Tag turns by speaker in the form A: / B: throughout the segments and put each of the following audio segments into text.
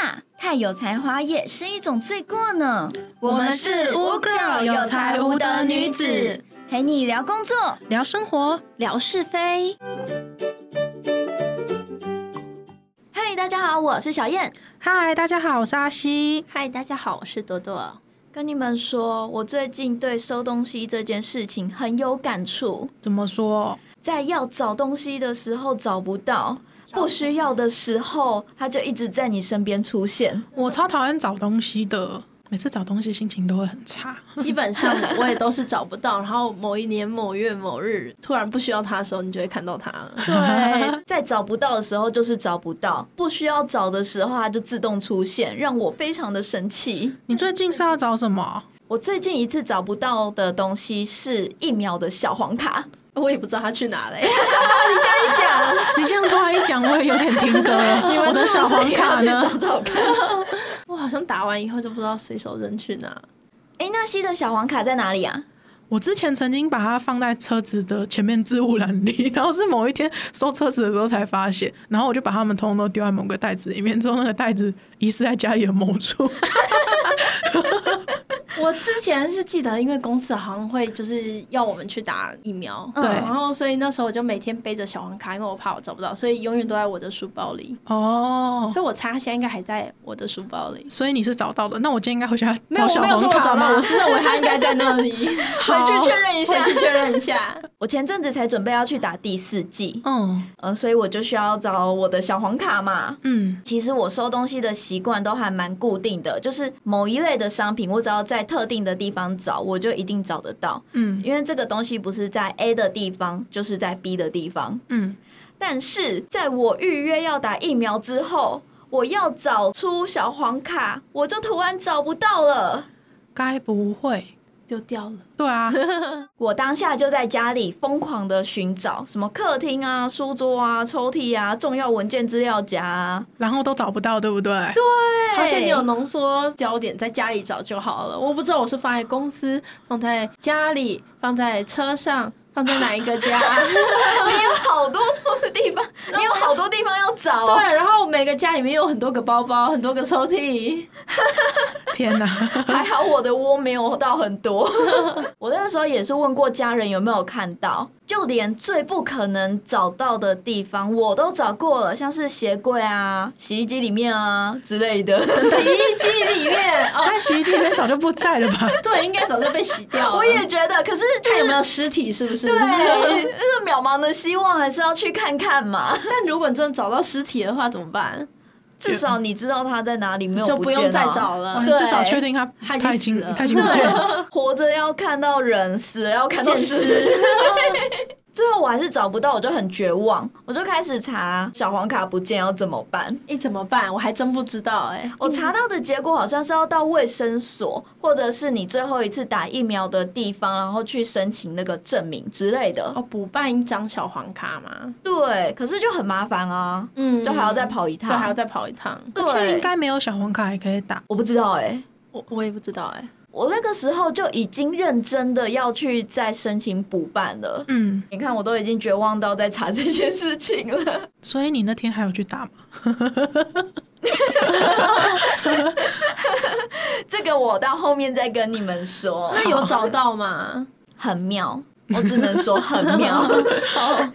A: 啊
B: 菜有才华也是一种罪过呢。
C: 我们是无 girl 有才无德女子，
B: 陪你聊工作。
C: 聊生活，
A: 聊是非。
B: 嗨，大家好，我是小燕。
C: 嗨，大家好，我是阿西。
A: 嗨，大家好，我是朵朵。跟你们说，我最近对收东西这件事情很有感触，
C: 怎么说？
A: 在要找东西的时候找不到，不需要的时候，它就一直在你身边出现。
C: 我超讨厌找东西的，每次找东西心情都会很差。
D: 基本上我也都是找不到，然后某一年某月某日突然不需要它的时候，你就会看到它了。
A: 对，在找不到的时候就是找不到，不需要找的时候它就自动出现，让我非常的生气。
C: 你最近是要找什 么？
A: 我最近一次找不到的东西是疫苗的小黄卡，
D: 我也不知道它去哪了、欸。
A: 你这样一讲，
C: 你这样突然一讲，我也有点停格 了。
A: 你们
C: 我的
A: 是
C: 小
A: 不是
C: 黄
D: 哎
C: 卡
A: 也要
C: 呢
A: 去？找找看。
D: 我好像打完以后就不知道随手扔去哪。
A: 哎，那西的小黄卡在哪里啊？
C: 我之前曾经把它放在车子的前面置物篮里， 然后是某一天收车子的时候才发现，然后我就把它们通通都丢在某个袋子里面，之后那个袋子遗失在家里的某 处。
D: 我之前是记得，因为公司好像会就是要我们去打疫苗，
C: 嗯对
D: 然后所以那时候我就每天背着小黄卡，因为我怕我找不到，所以永远都在我的书包里。
C: 哦，
D: 所以我猜它现在应该还在我的书包里。
C: 所以你是找到了，那我今天应该回家
D: 有
C: 找小
D: 我没有
C: 红
D: 说我
C: 卡
D: 找
C: 吗
D: 到，我？是认为它应该在那里，
C: 好
A: 回去确认一
D: 我
A: 下。
D: 去确认一下。
A: 我前阵子才准备要去打第四季，
C: 嗯
A: 呃，所以我就需要找我的小黄卡嘛。
C: 嗯，
A: 其实我收东西的习惯都还蛮固定的，就是某一类的商品，我只要在特定的地方找，我就一定找得到。
C: 嗯
A: 因为这个东西不是在 A 的地方，就是在 B 的地方。
C: 嗯，
A: 但是在我预约要打疫苗之后，我要找出小黄卡，我就突然找不到了。
C: 该不会？
D: 丢掉了。
C: 对啊，
A: 我当下就在家里疯狂的寻找，什么客厅啊、书桌啊、抽屉啊、重要文件资料夹啊。
C: 然后都找不到，对不对？
D: 好险你有浓缩焦点，在家里找就好了。我不知道我是放在公司、放在家里、放在车上、放在哪一个家。
A: 你有好多地方，你有好多地方要找、
D: 对
A: 哦。，
D: 然后每个家里面有很多个包包，很多个抽屉。
C: 天哪！
A: 还好我的窝没有到很多。 我那时候也是问过家人有没有看到，就连最不可能找到的地方我都找过了，像是鞋柜啊、洗衣机里面啊之类 的。
D: 洗衣机里面，哦，
C: 在洗衣机里面早就不在了吧？
D: 对，应该早就被洗掉了。
A: 我也觉得，可是就
D: 看有
A: 是
D: 没有尸体，是不是？
A: 对，就是渺茫的希望，还是要去看看嘛。
D: 但如果你真的找到尸体的话，怎么办？
A: 至少你知道它在哪里，没有
D: 就
A: 不
D: 不
A: 见啊
D: 用再找。了
C: 哦你。
A: 对
C: 至少确定他
D: 他
C: 他
D: 已经
C: 已经
D: 死了
C: 他已经不见了。
A: 活着要看到人，死了要看到
D: 见
A: 尸
D: 尸。
A: 最后我还是找不到，我就很绝望，我就开始查小黄卡不见要怎么办。
D: 哎、怎么办？我还真不知道哎、
A: 我查到的结果好像是要到卫生所，或者是你最后一次打疫苗的地方，然后去申请那个证明之类的。
D: 哦，补办一张小黄卡吗？
A: 对，可是就很麻烦啊，
D: 嗯
A: 就还要再跑一趟。
D: 对，还要再跑一趟。
A: 对，
C: 现在应该没有小黄卡也可以打。
A: 我不知道哎、
D: 我我也不知道哎、
A: 我那个时候就已经认真的要去再申请补办了。
C: 嗯，
A: 你看，我都已经绝望到在查这些事情了。
C: 所以你那天还有去打吗？
A: 这个我到后面再跟你们说。
D: 那有找到吗？
A: 很妙，我只能说很妙。
D: 哦，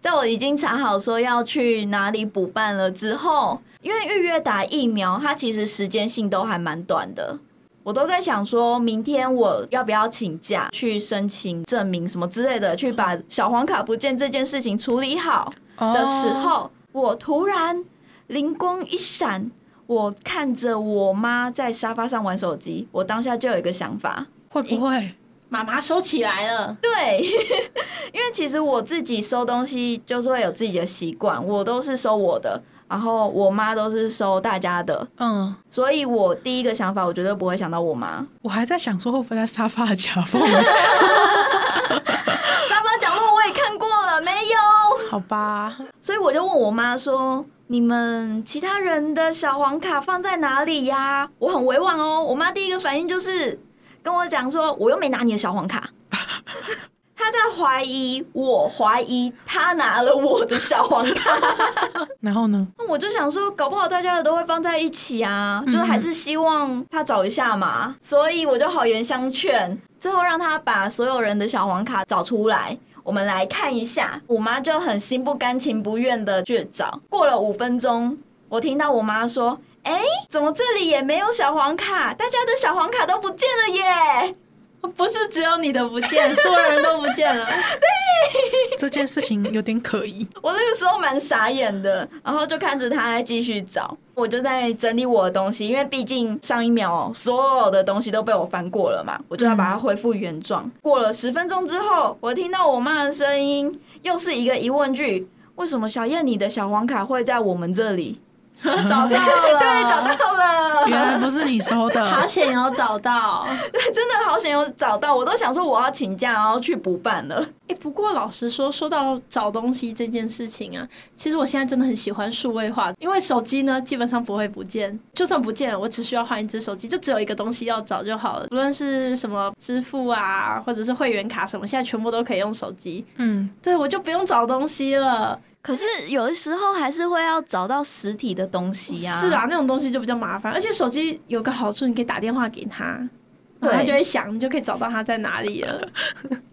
A: 在我已经查好说要去哪里补办了之后，因为预约打疫苗，它其实时间性都还蛮短的。我都在想说，明天我要不要请假去申请证明什么之类的，去把小黄卡不见这件事情处理好。的时
C: 哦
A: 候，我突然灵光一闪，我看着我妈在沙发上玩手机，我当下就有一个想法，
C: 会不会？
D: 妈妈收起来了。
A: 对， 因为其实我自己收东西就是会有自己的习惯，我都是收我的，然后我妈都是收大家的，
C: 嗯，
A: 所以我第一个想法，我绝对不会想到我妈。
C: 我还在想说会不会在沙发的夹缝？
A: 沙发角落我也看过了，没有，
C: 好吧，
A: 所以我就问我妈说。你们其他人的小黄卡放在哪里呀？我很委婉 哦。我妈第一个反应就是跟我讲说，我又没拿你的小黄卡。他在怀疑我，怀疑他拿了我的小黄卡。
C: 然后呢？
A: 那我就想说，搞不好大家的都会放在一起啊，就还是希望他找一下嘛。所以我就好言相劝，最后让他把所有人的小黄卡找出来。我们来看一下，我妈就很心不甘情不愿的去找。过了五分钟，我听到我妈说：“哎、怎么这里也没有小黄卡？大家的小黄卡都不见了耶
D: 不是只有你的不见，所有人都不见 了。
C: 这件事情有点可疑。！”
A: 我那个时候蛮傻眼的，然后就看着她继续找。我就在整理我的东西，因为毕竟上一秒所有的东西都被我翻过了嘛，我就要把它恢复原状。过了十分钟之后，我听到我妈的声音，又是一个疑问句：为什么小燕你的小黄卡会在我们这里？
D: 找到了，
A: 对，找到了，
C: 原来不是你收
D: 好
C: 的，
D: 险有找到。
A: 真的好险有找到，我都想说我要请假，然后去补办了。
D: 哎、不过老实说，说到找东西这件事情啊，其实我现在真的很喜欢数位化，因为手机呢基本上不会不见，就算不见，我只需要换一只手机，就只有一个东西要找就好了。无论是什么支付啊，或者是会员卡什么，现在全部都可以用手机，
C: 嗯，
D: 对我就不用找东西了。
A: 可是有的时候还是会要找到实体的东西啊。
D: 是，啊，那种东西就比较麻烦，而且手机有个好处，你可以打电话给他，然后他
A: 对
D: 就会响，你就可以找到他在哪里 了。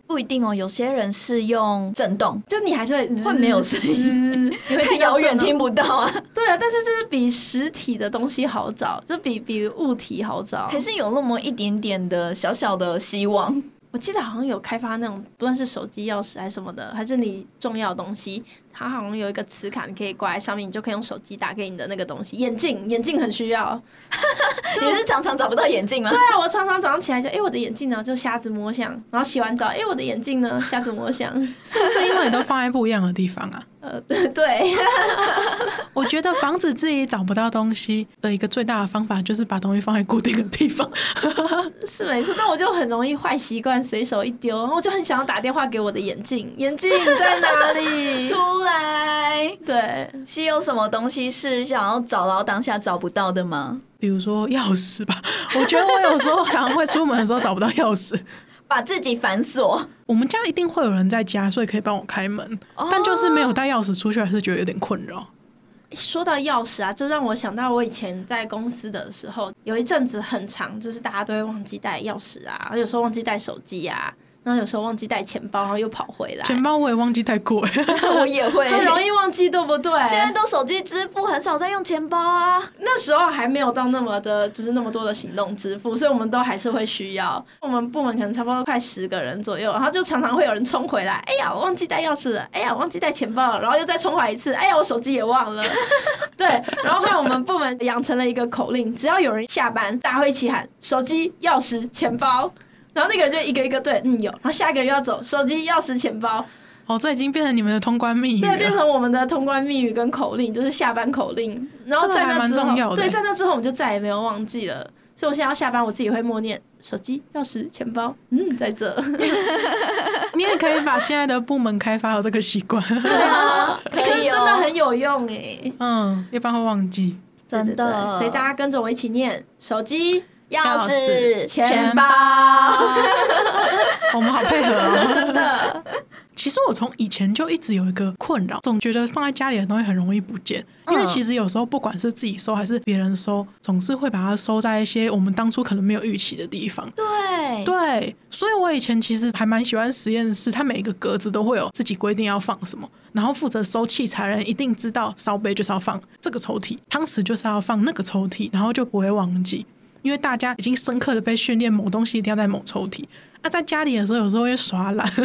A: 不一定哦，有些人是用震动，
D: 就你还是会
A: 会没有声
D: 音，你会
A: 太
D: 听到
A: 遥远
D: 震动
A: 听不到啊。
D: 对啊，但是就是比实体的东西好找，就比比物体好找
A: 还。是有那么一点点的小小的希望。
D: 我记得好像有开发那种，不论是手机、钥匙还是什么的，还是你重要的东西，它好像有一个磁卡，你可以挂在上面，你就可以用手机打给你的那个东西。眼镜，眼镜很需要。
A: 你是常常找不到眼镜吗
D: 对？啊，我常常早上起来就，哎、我的眼镜呢，然后就瞎子摸象，然后洗完澡，哎、我的眼镜呢，瞎子摸象。
C: 是不是因为你都放在不一样的地方啊？
D: 呃， 对对，
C: 我觉得防止自己找不到东西的一个最大的方法，就是把东西放在固定的地方。
D: 是没错，但我就很容易坏习惯，随手一丢，然后我就很想要打电话给我的眼镜，眼镜在哪 里？
A: 出来
D: 对，
A: 是有什么东西是想要找到当下找不到的吗？
C: 比如说钥匙吧， 我觉得我有时候常常会出门的时候找不到钥匙。
A: 把自己反 锁，
C: 我们家一定会有人在家，所以可以帮我开门，
D: 哦
C: 但就是没有带钥匙出去，还是觉得有点困扰。
D: 说到钥匙啊，这让我想到我以前在公司的时候，有一阵子很长，就是大家都会忘记带钥匙啊，然后有时候忘记带手机啊，然后有时候忘记带钱包，然后又跑回来，
C: 钱包我也忘记带过，
A: 我也会
D: 很容易忘记，对不对？
A: 现在都手机支付，很少在用钱包啊。
D: 那时候还没有到那么的，就是那么多的行动支付，所以我们都还是会需要。我们部门可能差不多快十个人左右，然后就常常会有人冲回来，哎呀，我忘记带钥匙了，哎呀，我忘记带钱包了，然后又再冲回来一次，哎呀，我手机也忘了。对，然后后来我们部门养成了一个口令，只要有人下班，大家会一起喊手机、钥匙、钱包。然后那个人就一个一个对，嗯有，然后下一个人又要走，手机、钥匙、钱包，
C: 哦，这已经变成你们的通关密语
D: 对，变
C: 了。
D: 成我们的通关密语跟口令，就是下班口令。然后
C: 这个
D: 在
C: 还
D: 那
C: 蛮
D: 之
C: 重要
D: 后，
C: 的
D: 对，在那之后我们就再也没有忘记了。所以我现在要下班，我自己会默念手机、钥匙、钱包，嗯，在这。
C: 你也可以把现在的部门开发有这个习惯，
A: 对啊， 可
D: 是
A: 以
D: 真的
A: 哦，
D: 很有用哎，
C: 嗯，一般会忘记。
D: 对对
A: 真的
D: 对所以大家跟着我一起念 手机，
A: 钥匙、
D: 钱
A: 钱包
C: 包， 我们好配合哦。
D: 真的
C: 其实我从以前就一直有一个困扰，总觉得放在家里的东西很容易不见，因为
A: 嗯
C: 其实有时候不管是自己收还是别人收，总是会把它收在一些我们当初可能没有预期的地方。
A: 对，
C: 对，所以我以前其实还蛮喜欢实验室，它每一个格子都会有自己规定要放什么，然后负责收器材的人一定知道烧杯就是要放这个抽屉，汤匙就是要放那个抽屉，然后就不会忘记，因为大家已经深刻的被训练某东西一定要在某抽屉。那、在家里的时候，有时候会耍懒， 就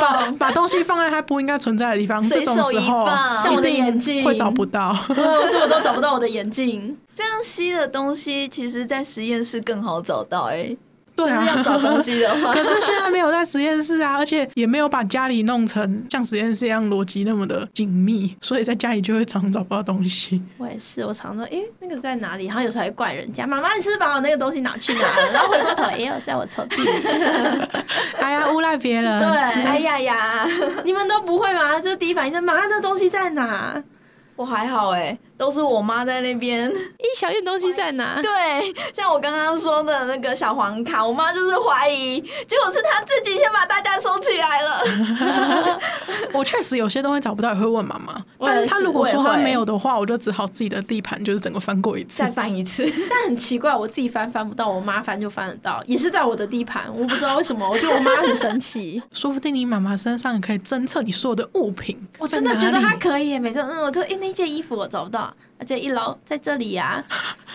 C: 把把东西放在它不应该存在的地方，这
A: 随
C: 种
A: 手
C: 时
A: 一
C: 候
A: 放像
D: 我的
C: 一定
D: 眼镜
C: 会找不到。
D: 我是我都找不到我的眼镜，
A: 这样吸的东西，其实在实验室更好找到。哎，
C: 对啊，
A: 就是要找东西的 话，
C: 可是现在没有在实验室啊，而且也没有把家里弄成像实验室一样逻辑那么的紧密，所以在家里就会常常找不到东 西。
D: 我也是，我常说，哎，那个在哪里？然后有时候还怪人家，妈妈，你是不是把我那个东西拿去哪了？然后回过头，哎呦，在我抽屉里。
C: 哎呀，诬赖别人。
D: 对，
A: 哎呀呀，
D: 你们都不会吗？就是第一反应是妈，那东西在哪？
A: 我还好哎、都是我妈在那边。
D: 咦，小燕东西在哪？
A: 对，像我刚刚说的那个小黄卡，我妈就是怀疑，结果是她自己先把大家收起来了。
C: 我确实有些东西找不到也会问妈妈，
D: 我也
C: 但
D: 是
C: 是她如果说
A: 我也
C: 她
A: 会
C: 没有的话，我就只好自己的地盘就是整个翻过一次
A: 再。翻一 次，
D: 但很奇怪，我自己翻翻不到，我妈翻就翻得到，也是在我的地盘，我不知道为什 么，我觉得我妈很神奇。
C: 说不定你妈妈身上可以侦测你所有的物品在哪里。
D: 我真的觉得她可以耶，每次嗯，我就哎、那件衣服我找不到，而且一楼在这里呀、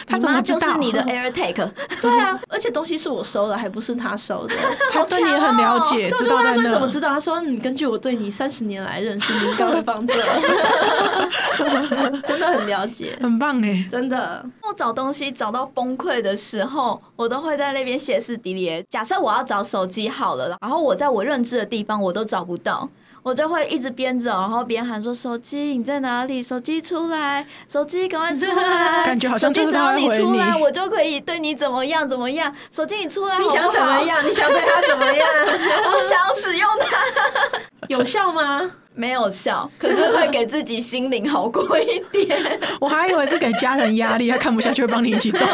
C: 她
A: 你
C: 怎么
A: 妈
C: 知
A: 就是
C: 道
A: 你
D: 哎
A: 的 AirTag，
D: 对啊，而且东西是我收的，还不是她收的。
C: 她对 你也很了解，
D: 哦对，我
C: 知
D: 就
C: 道
D: 问她
C: 在
D: 说你怎么
C: 那。
D: 知道？她说嗯，根据我对你三十年来认识，你应该会放这，真的很了 解，
C: 很棒哎，
D: 真的。
A: 我找东西找到崩溃的时候，我都会在那边歇斯底里。假设我要找手机好了，然后我在我认知的地方我都找不到。我就会一直边走，然后边喊说：“手机，你在哪里？手机出来！手机，赶快出来！”
C: 感觉 好像
A: 手机
C: 就是
A: 只
C: 他
A: 要
C: 会
A: 你
C: 回
A: 出来，
C: 你
A: 我就可以对你怎么样怎么样。手机，你出来好不
D: 你
A: 好，
D: 想怎么？样？你想对她 怎么样？
A: 我想要使用它，
D: 有效吗？
A: 没有效，可是会给自己心灵好过一点。
C: 我还以为是给家人压力，她看不下去会帮你一起找。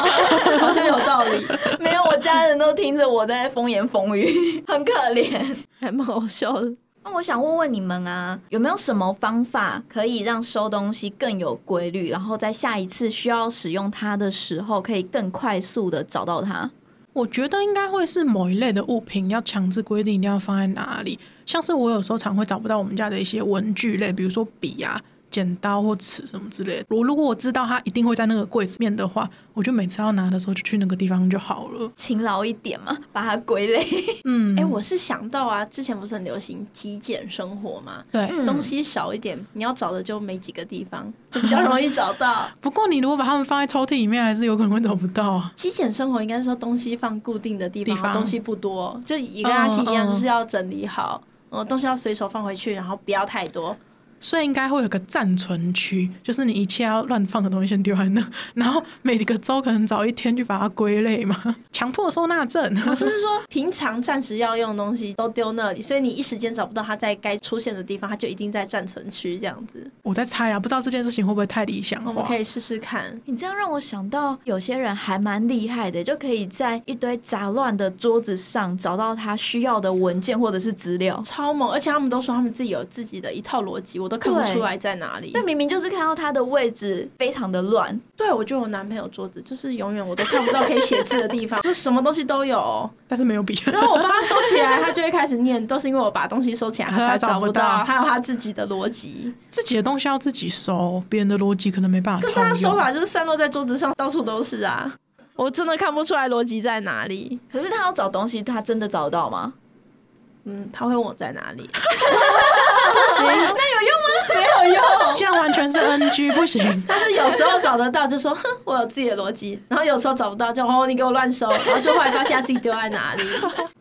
D: 好像有道 理，
A: 没有，我家人都听着我在风言风语，很可怜。
D: 还蛮好笑的。
A: 那我想问问你们啊，有没有什么方法可以让收东西更有规律，然后在下一次需要使用它的时候，可以更快速的找到它？
C: 我觉得应该会是某一类的物品要强制规定一定要放在哪里，像是我有时候常会找不到我们家的一些文具类，比如说笔啊、剪刀或尺什么之类的。我如果我知道它一定会在那个柜子面的话，我就每次要拿的时候就去那个地方就好了。
A: 勤劳一点嘛，把它归类。
C: 嗯，
D: 哎、我是想到啊，之前不是很流行极简生活嘛，
C: 对。
A: 嗯
D: 东西少一点，你要找的就没几个地 方，就比较容易找到。
C: 不过你如果把它们放在抽屉里面，还是有可能会找不到啊。
D: 极简生活应该说东西放固定的地方，
C: 地方
D: 东西不多，就也跟阿西一样，
C: 嗯嗯
D: 就是要整理好。嗯，东西要随手放回去，然后不要太多。
C: 所以应该会有个暂存区，就是你一切要乱放的东西先丢在那，然后每个周可能找一天去把它归类嘛，强迫收纳症。
D: 我就是说，平常暂时要用的东西都丢那里，所以你一时间找不到它在该出现的地方，它就一定在暂存区这样子。
C: 我在猜啊，不知道这件事情会不会太理想
D: 我
C: 化。
D: 们可以试试看。
A: 你这样让我想到，有些人还蛮厉害的，就可以在一堆杂乱的桌子上找到他需要的文件或者是资料。
D: 超猛！而且他们都说他们自己有自己的一套逻辑，我都看不
A: 对
D: 出来在哪里。
A: 但明明就是看到他的位置非常的乱，
D: 对，我觉得我男朋友桌子就是永远我都看不到可以写字的地方， 就是什么东西都有。
C: 但是没有笔。
D: 然后我帮他收起来，他就会开始念，都是因为我把东西收起来，他才找
C: 他找
D: 不到。
C: 不到
D: 还有他自己的逻辑，
C: 自己的东西要自己收，别人的逻辑可能没办法
D: 可
C: 套
D: 是
C: 用。
D: 他手法就是散落在桌子上，到处都是啊。我真的看不出来逻辑在哪里。
A: 可是他要找东西，他真的找得到吗？
D: 嗯，他会问我在哪里，
C: 这样完全是 NG，不行。
D: 但是有时候找得到，就说哼，我有自己的逻辑。然后有时候找不到，就哦你给我乱收，然后就后来发现他自己丢在哪里，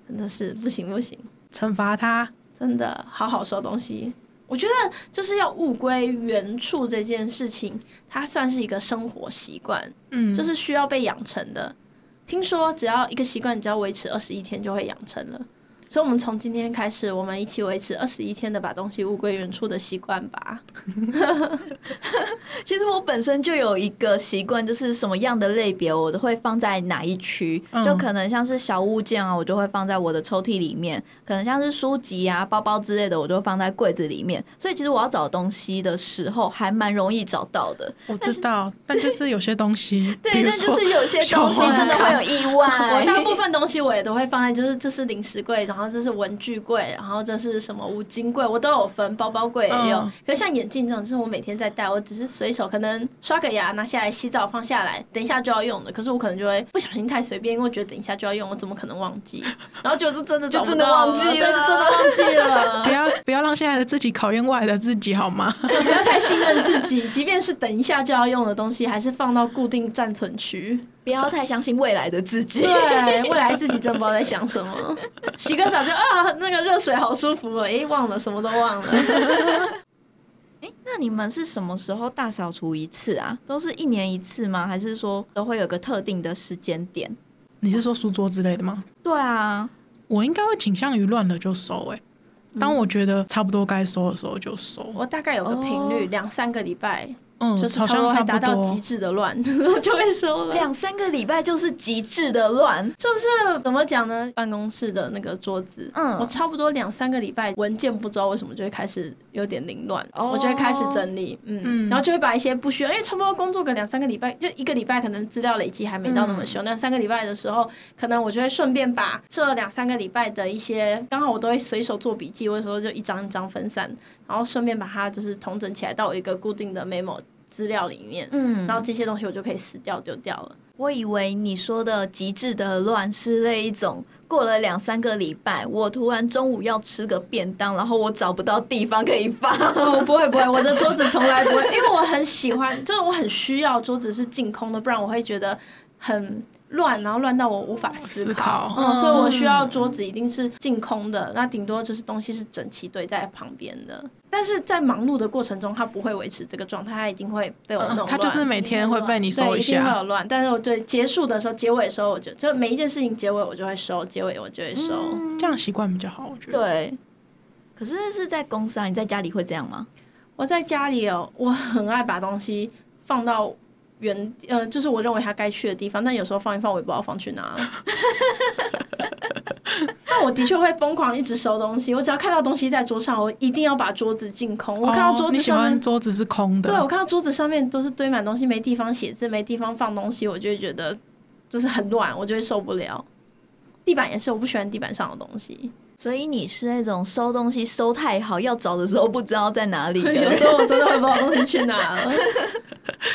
D: 真的是不行不行。
C: 惩罚他，
D: 真的好好收东西。我觉得就是要物归原处这件事情，它算是一个生活习惯，
C: 嗯，
D: 就是需要被养成的。听说只要一个习惯，你只要维持二十一天就会养成了。所以，我们从今天开始，我们一起维持二十一天的把东西物归原处的习惯吧。
A: 其实我本身就有一个习惯，就是什么样的类别我都会放在哪一区，
C: 嗯
A: 就可能像是小物件啊，我就会放在我的抽屉里面；可能像是书籍啊、包包之类的，我就放在柜子里面。所以其实我要找东西的时候，还蛮容易找到的。
C: 我知道，但就是有些东西，比
A: 对，
C: 如
A: 但就
C: 说
A: 是有些东西真的会有意外。
D: 我大部分东西我也都会放在，就是这是零食柜，然后这是文具柜，然后这是什么五金柜，我都有分，包包柜也有。
C: 嗯
D: 可是像眼镜这种，就是我每天在戴，我只是随手可能刷个牙拿下来，洗澡放下来，等一下就要用的。可是我可能就会不小心太随便，因为我觉得等一下就要用，我怎么可能忘记？然后结果就真的找不
A: 真的
D: 到
A: 忘记
D: 对
A: 了
D: 就真的忘记了。
C: 不要不要让现在的自己考验未来的自己，好吗？
D: 对不要太信任自己，即便是等一下就要用的东西，还是放到固定暂存区。
A: 不要太相信未来的自己。
D: 对，啊未来自己真不知道在想什么。洗个澡就啊，那个热水好舒服哦，诶，忘了什么都忘了。
A: 那你们是什么时候大扫除一次啊？都是一年一次吗？还是说都会有个特定的时间点？
C: 你是说书桌之类的吗？
A: 对啊，
C: 我应该会倾向于乱了就收、欸，
D: 嗯
C: 当我觉得差不多该收的时候就收。
D: 哦我大概有个频率，两、三个礼拜
C: 嗯，
D: 就是
C: 好
D: 差不多
C: 像差
D: 会
C: 不
D: 达到
C: 多
D: 极致的乱， 就会收了。
A: 两三个礼拜就是极致的乱，
D: 就是怎么讲呢？办公室的那个桌子，
A: 嗯
D: 我差不多两三个礼拜文件不知道为什么就会开始有点凌乱，
A: 哦
D: 我就会开始整理，嗯，
C: 嗯
D: 然后就会把一些不需要，因为差不多工作个两三个礼拜，就一个礼拜可能资料累积还没到那么
A: 嗯
D: 凶，那三个礼拜的时候，可能我就会顺便把这两三个礼拜的一些，刚好我都会随手做笔记，我有时候就一张一张分散，然后顺便把它就是统整起来到一个固定的 memo 资料里面，
A: 嗯，
D: 然后这些东西我就可以撕掉丢掉了。
A: 我以为你说的极致的乱是那一种，过了两三个礼拜，我突然中午要吃个便当，然后我找不到地方可以放。
D: 哦，不会不会，我的桌子从来不会，因为我很喜欢，就是我很需要桌子是净空的，不然我会觉得很乱，然后乱到我无法思
C: 思
D: 考
C: 考。
D: 嗯，所以我需要桌子一定是净空的，那顶多就是东西是整齐堆在旁边的。但是在忙碌的过程中，它不会维持这个状态，它一定会被我弄
C: 嗯
D: 乱。
C: 它就是每天会被你收
D: 对，
C: 一
D: 一定会
C: 下，
D: 有乱，但是我对结束的时候、结尾的时候，我就就每一件事情结尾我就会收，结尾我就会收。
C: 这样习惯比较好，我觉得。
A: 对，可是是在公司啊，你在家里会这样吗？
D: 我在家里哦，我很爱把东西放到原，呃，就是我认为它该去的地方，但有时候放一放，我也不知道放去哪 了。但我的确会疯狂一直收东西，我只要看到东西在桌上，我一定要把桌子净空。我看到
C: 哦
D: 桌子
C: 你喜
D: 上面，
C: 欢桌子是空的，
D: 对我看到桌子上面都是堆满东西，没地方写字，没地方放东西，我就会觉得就是很乱，我就会受不了。地板也是，我不喜欢地板上的东 西。
A: 所以你是那种收东西收太好，要找的时候不知道在哪里 的
D: 有
A: 人。
D: 时候我真的会不知道东西去哪了。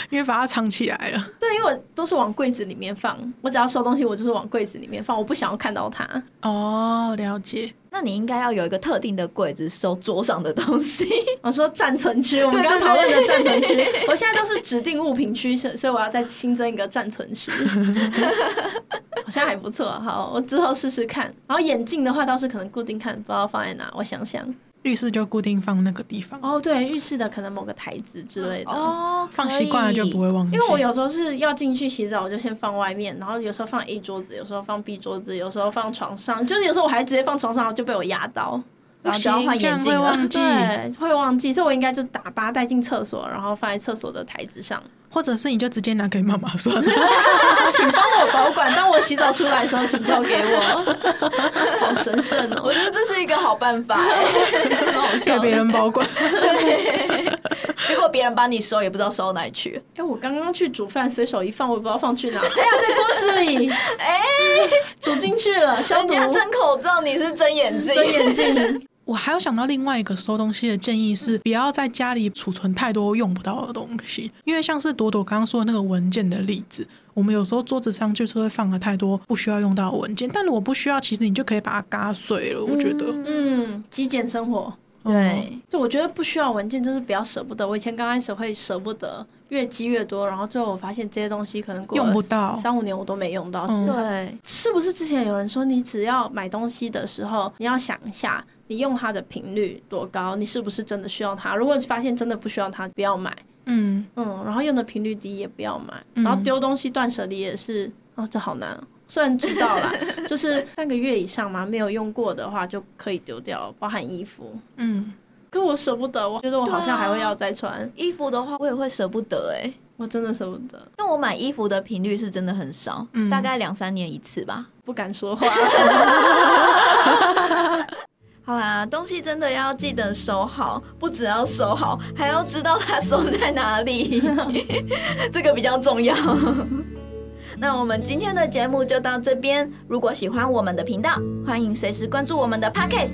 C: 因为把它藏起来了。
D: 对，因为我都是往柜子里面放，我只要收东西，我就是往柜子里面放，我不想要看到它。
C: 哦，了解。
A: 那你应该要有一个特定的柜子收桌上的东 西。
D: 我说暂存区，我们刚刚讨论的暂存 区，我现在都是指定物品区，所所以我要再新增一个暂存 区。好像还不错，好，我之后试试看。然后眼镜的话倒是可能固定看，不知道放在哪，我想想。
C: 浴室就固定放那个地方，
D: 哦，对，浴室的可能某个台子之类的。
A: 哦，
C: 放习惯了就不
A: 会。
C: 会忘记。
D: 因为我有时候是要进去洗澡，我就先放外面，然后有时候放 A 桌子，有时候放 B 桌子，有时候放床上，就是有时候我还直接放床上，就被我压到，
A: 然后就要
C: 不行
A: 换
C: 这样
A: 眼镜啊
C: 会
A: 了。
C: 忘记，
D: 对，会忘记，所以我应该就打包带进厕所，然后放在厕所的台子 上，
C: 或者是你就直接拿给妈妈 算了。
D: 请帮我保管，当我洗澡出来的时候，请交给我， 好神圣哦
A: 我，觉得这是一个好办法、哎
D: 很好
C: 给
D: 笑。
C: 别人保管，
A: 结果别人帮你收也不知道收哪里去。
D: 哎、我刚刚去煮饭，随手一放，我也不知道放去哪，哎呀，在锅子里，哎、煮进去了，消
A: 人
D: 毒，
A: 家 真口罩，你是真眼镜。
D: 睁眼睛。
C: 我还有想到另外一个收东西的建议是，不要在家里储存太多用不到的东西，因为像是朵朵刚刚说的那个文件的例子，我们有时候桌子上就是会放了太多不需要用到的文件，但如果不需要，其实你就可以把它嘎碎了。我觉得，哦
D: 嗯，极简生活。
C: 对
D: 就我觉得不需要文件，就是比较舍不得。我以前刚开始会舍不得，越积越多，然后最后我发现这些东西可能过了
C: 用不到
D: 三五年，我都没用到。
C: 嗯
A: 对，
D: 是不是之前有人说，你只要买东西的时候，你要想一下你用它的频率多高，你是不是真的需要它？如果你发现真的不需要它，不要买。
C: 嗯，
D: 嗯，然后用的频率低也不要买，
C: 嗯
D: 然后丢东西断舍离也是，哦，这好难、哦。虽然知道啦，就是三个月以上嘛，没有用过的话就可以丢掉，包含衣服。
C: 嗯，
D: 可我舍不得，我觉得我好像还会
A: 对啊
D: 要再穿，
A: 衣服的话我也会舍不得哎、欸，
D: 我真的舍不得，
A: 但我买衣服的频率是真的很少，
C: 嗯
A: 大概两三年一次吧。
D: 不敢说话。
A: 好啦，东西真的要记得收好，不只要收好，还要知道它收在哪里，这个比较重要。 那我们今天的节目就到这边。如果喜欢我们的频道，欢迎随时关注我们的 Podcast。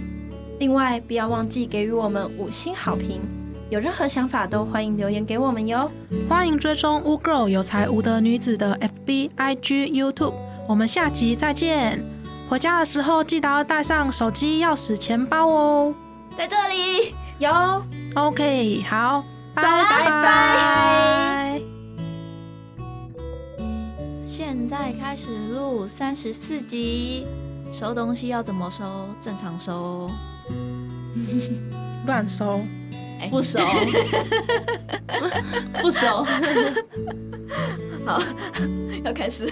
D: 另外，不要忘记给予我们五星好评，有任何想法都欢迎留言给我们哟。
E: 欢迎追踪污 girl 有才无德女子的 FB、IG、YouTube。我们下集再见。回家的时候记得要带上手机、钥匙、钱包哦。
A: 在这里，
D: 哟。
E: OK，好，拜
A: 拜
E: 拜。
A: 现在开始录三十四集，收东西要怎么收？正常收哦。
C: 乱收，
A: 哎
D: 不熟， 不熟。
A: 要开始。